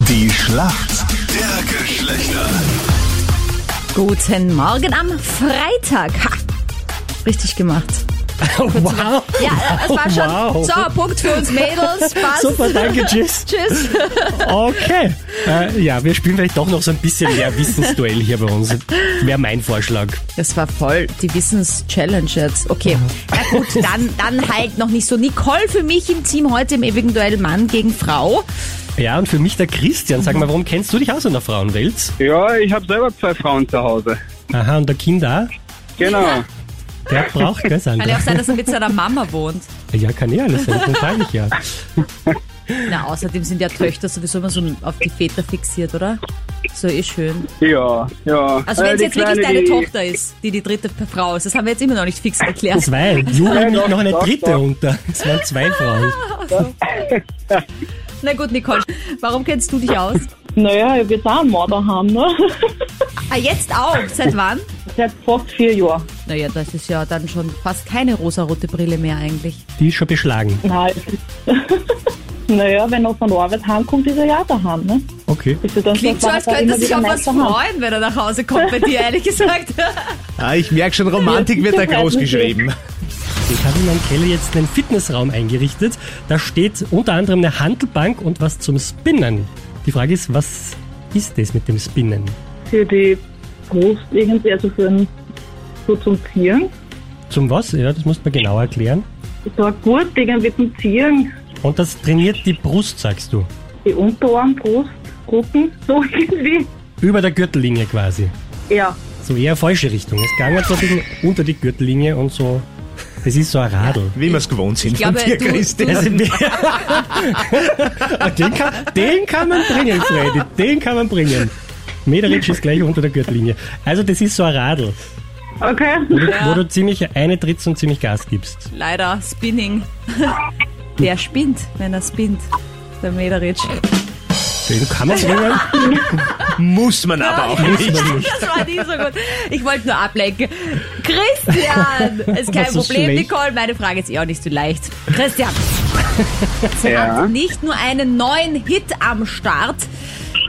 Die Schlacht der Geschlechter. Guten Morgen am Freitag. Ha. Richtig gemacht. Wow. Ja, äh, es war schon. wow. So, Punkt für uns Mädels. Passt. Super, danke, tschüss. Tschüss. Okay. Äh, ja, wir spielen vielleicht doch noch so ein bisschen mehr Wissensduell hier bei uns. Wäre mein Vorschlag. Das war voll die Wissenschallenge jetzt. Okay. Na gut, dann, dann halt noch nicht so. Nicole für mich im Team heute im ewigen Duell Mann gegen Frau. Ja, und für mich der Christian. Sag mal, warum kennst du dich aus in der Frauenwelt? Ja, ich habe selber zwei Frauen zu Hause. Aha, und der Kinder, Genau. der braucht, Kann gell, ja Sandra? auch sein, dass er mit seiner Mama wohnt. Ja, kann ja alles sein, das sage ich ja. Na, außerdem sind ja Töchter sowieso immer so auf die Väter fixiert, oder? So eh schön. Ja, ja. Also Äh, wenn es die jetzt wirklich Kleine, deine die- Tochter ist, die die dritte Frau ist, das haben wir jetzt immer noch nicht fix erklärt. Zwei. Jubel Nein, mich doch, noch eine doch, dritte doch. unter. Es waren zwei Frauen. Na gut, Nicole, warum kennst du dich aus? Naja, ich würde auch einen Mörder haben, ne? Ah, jetzt auch. Seit wann? Seit fast vier Jahren. Naja, das ist ja dann schon fast keine rosarote Brille mehr eigentlich. Die ist schon beschlagen. Nein. naja, wenn er von der Arbeit heimkommt, ist er ja auch daheim, ne? Okay. Ist er dann Klingt so, war als er könnte immer er sich wieder auf neu was daheim. freuen, wenn er nach Hause kommt bei dir, ehrlich gesagt. Ah, ich merke schon, Romantik wird da groß geschrieben. Ich habe in meinem Keller jetzt einen Fitnessraum eingerichtet. Da steht unter anderem eine Handelbank und was zum Spinnen. Die Frage ist, was ist das mit dem Spinnen? Für die Brust irgendwie, also für ein, so zum Ziehen. Zum was? Ja, das muss man genau erklären. So ein Gurt irgendwie zum Ziehen. Und das trainiert die Brust, sagst du. Die Unterarm, Brust, Rücken, so irgendwie. Über der Gürtellinie quasi. Ja. So eher falsche Richtung. Es ging jetzt so ein bisschen unter die Gürtellinie und so. Es ist so ein Radl. Wie wir es gewohnt sind Ich von glaube, dir, du- Christi. Also, den, kann, den kann man bringen, Freddy. Den kann man bringen. Mederitsch ist gleich unter der Gürtellinie. Also das ist so ein Radl. Okay. Wo du- Wo du ziemlich eine trittst und ziemlich Gas gibst. Leider, Spinning. Der spinnt, wenn er spinnt. Der Mederitsch. Den kann man bringen. Muss man aber auch nicht. Das war nicht so gut. Ich wollte nur ablenken. Christian! Ist kein Was so Problem, schlecht. Nicole. Meine Frage ist eh auch nicht so leicht. Christian! Sie Ja. hat nicht nur einen neuen Hit am Start,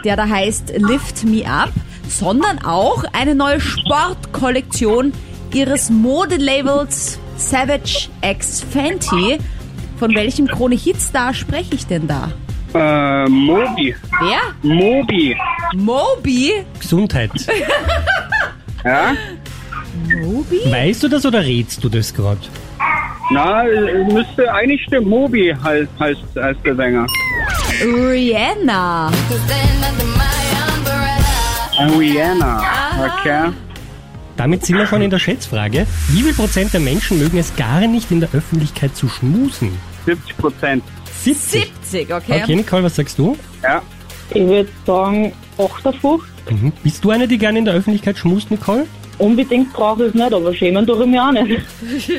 der da heißt Lift Me Up, sondern auch eine neue Sportkollektion ihres Modelabels Savage X Fenty. Von welchem Krone Hitstar spreche ich denn da? Äh, Mobi. Wer? Mobi. Moby? Gesundheit. Ja? Moby? Weißt du das oder rätst du das gerade? Na, äh, müsste eigentlich stimmen. Mobi heißt, heißt, heißt der Sänger. Rihanna. Rihanna. Okay. Damit sind wir schon in der Schätzfrage. Wie viel Prozent der Menschen mögen es gar nicht in der Öffentlichkeit zu schmusen? 70 Prozent. 70. 70, okay. Okay, Nicole, was sagst du? Ja. Ich würde sagen, 58. Mhm. Bist du eine, die gerne in der Öffentlichkeit schmust, Nicole? Unbedingt brauche ich es nicht, aber schämen tue ich mich auch nicht.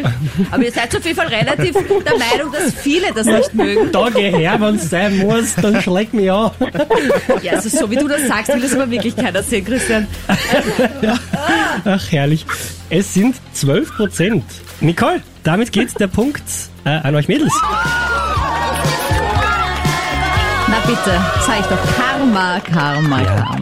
Aber ihr seid auf jeden Fall relativ der Meinung, dass viele das nicht mögen. Da geh her, wenn es sein muss, dann schläg mich an. Ja, also so wie du das sagst, will das aber wirklich keiner sehen, Christian. Ach, herrlich. Es sind 12 Prozent. Nicole, damit geht's der Punkt äh, an euch Mädels. Na bitte, zeig doch Karma, Karma, Karma.